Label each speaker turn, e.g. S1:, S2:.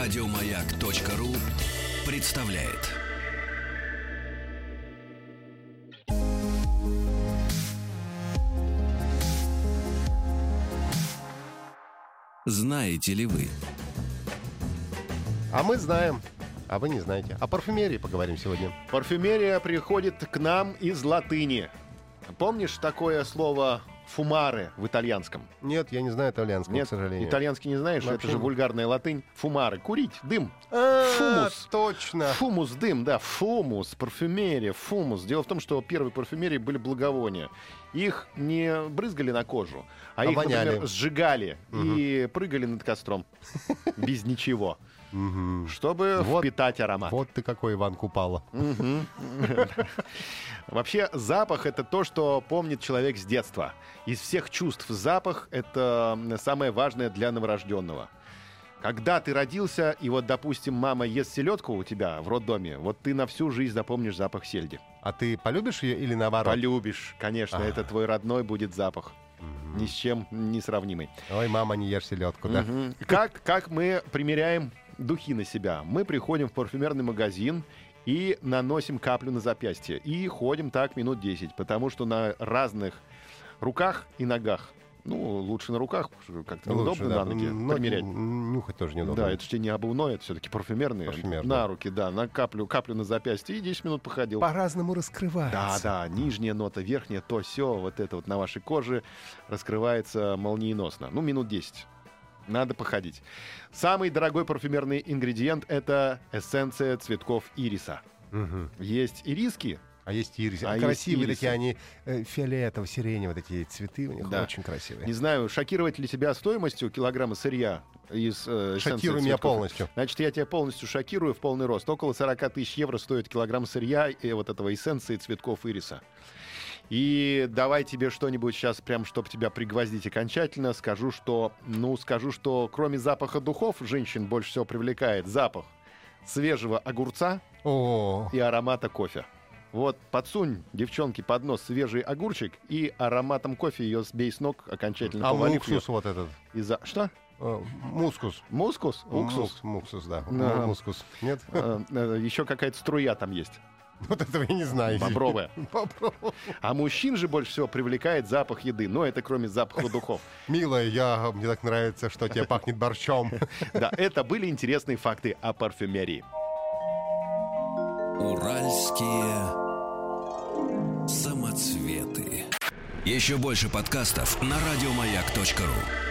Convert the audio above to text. S1: Радиомаяк.ру представляет. Знаете ли вы?
S2: А мы знаем, а вы не знаете. О парфюмерии поговорим сегодня.
S3: Парфюмерия приходит к нам из латыни. Помнишь такое слово фумары в итальянском?
S2: Нет, я не знаю итальянского,
S3: Нет,
S2: к сожалению.
S3: итальянский не знаешь,
S2: Вообще
S3: это же
S2: нет.
S3: вульгарная латынь. Фумары. Курить, дым.
S2: А,
S3: Фумус.
S2: точно.
S3: Фумус, дым, да, фумус, парфюмерия, фумус. Дело в том, что первые парфюмерии были благовония. Их не брызгали на кожу, а,
S2: А
S3: их, например,
S2: воняли.
S3: сжигали и прыгали над костром. Без ничего.
S2: Мгм.
S3: Чтобы
S2: Вот-
S3: впитать аромат.
S2: Вот ты какой, Иван Купала.
S3: Вообще, запах — это то, что помнит человек с детства. Из всех чувств запах — это самое важное для новорожденного. Когда ты родился, и вот, допустим, мама ест селедку у тебя в роддоме, вот ты на всю жизнь запомнишь запах сельди.
S2: А ты полюбишь ее или наоборот?
S3: Полюбишь, конечно,
S2: Ага.
S3: это твой родной будет запах. Ни с чем не сравнимый.
S2: Ой, мама, не ешь селедку, да?
S3: Мгм. Как, как мы примеряем духи на себя? Мы приходим в парфюмерный магазин и наносим каплю на запястье. И ходим так минут 10, потому что на разных руках и ногах, ну, лучше на руках, потому что как-то
S2: Лучше,
S3: удобно
S2: да.
S3: на ноги
S2: Ноги
S3: примерять.
S2: н- Нюхать тоже неудобно.
S3: Да, это же не обувное, это все-таки парфюмерные.
S2: Парфюмерные.
S3: На руки, да, на каплю, каплю на запястье и 10 минут походил.
S2: По-разному
S3: Да,
S2: раскрывается.
S3: да, нижняя нота, верхняя, то все, вот это вот на вашей коже раскрывается молниеносно. Ну, минут 10. Надо походить. Самый дорогой парфюмерный ингредиент — это эссенция цветков ириса.
S2: Мгм.
S3: Есть ириски,
S2: А есть ирисы.
S3: А есть
S2: красивые
S3: ирисы.
S2: такие, они э, фиолетово, сиреневые такие цветы у них
S3: Да.
S2: очень красивые.
S3: не знаю, шокировать ли тебя стоимостью килограмма сырья из э, эссенции
S2: Шокируй меня
S3: цветков.
S2: полностью.
S3: Значит, я тебя полностью шокирую в полный рост. Около 40 тысяч евро стоит килограмм сырья и вот этого эссенции цветков ириса. И давай тебе что-нибудь сейчас, прям, чтобы тебя пригвоздить окончательно, скажу, что, ну, скажу, что кроме запаха духов женщин больше всего привлекает запах свежего огурца
S2: О,
S3: и аромата кофе. Вот подсунь девчонке под нос свежий огурчик и ароматом кофе ее сбей с ног окончательно
S2: а
S3: повалив её
S2: муксус вот этот.
S3: и за- Что?
S2: э, Мускус.
S3: Мускус?
S2: А.
S3: Уксус?
S2: Мус- Муксус, да.
S3: Да.
S2: М- Мускус. Нет?
S3: Еще какая-то струя там есть.
S2: Вот этого я не знаю.
S3: Бобровая.
S2: Бобровая.
S3: А мужчин же больше всего привлекает запах еды. Но это кроме запаха духов.
S2: Милая, я, мне так нравится, что тебе пахнет борщом.
S3: Да, это были интересные факты о парфюмерии.
S1: Уральские самоцветы. Еще больше подкастов на радиомаяк.ру.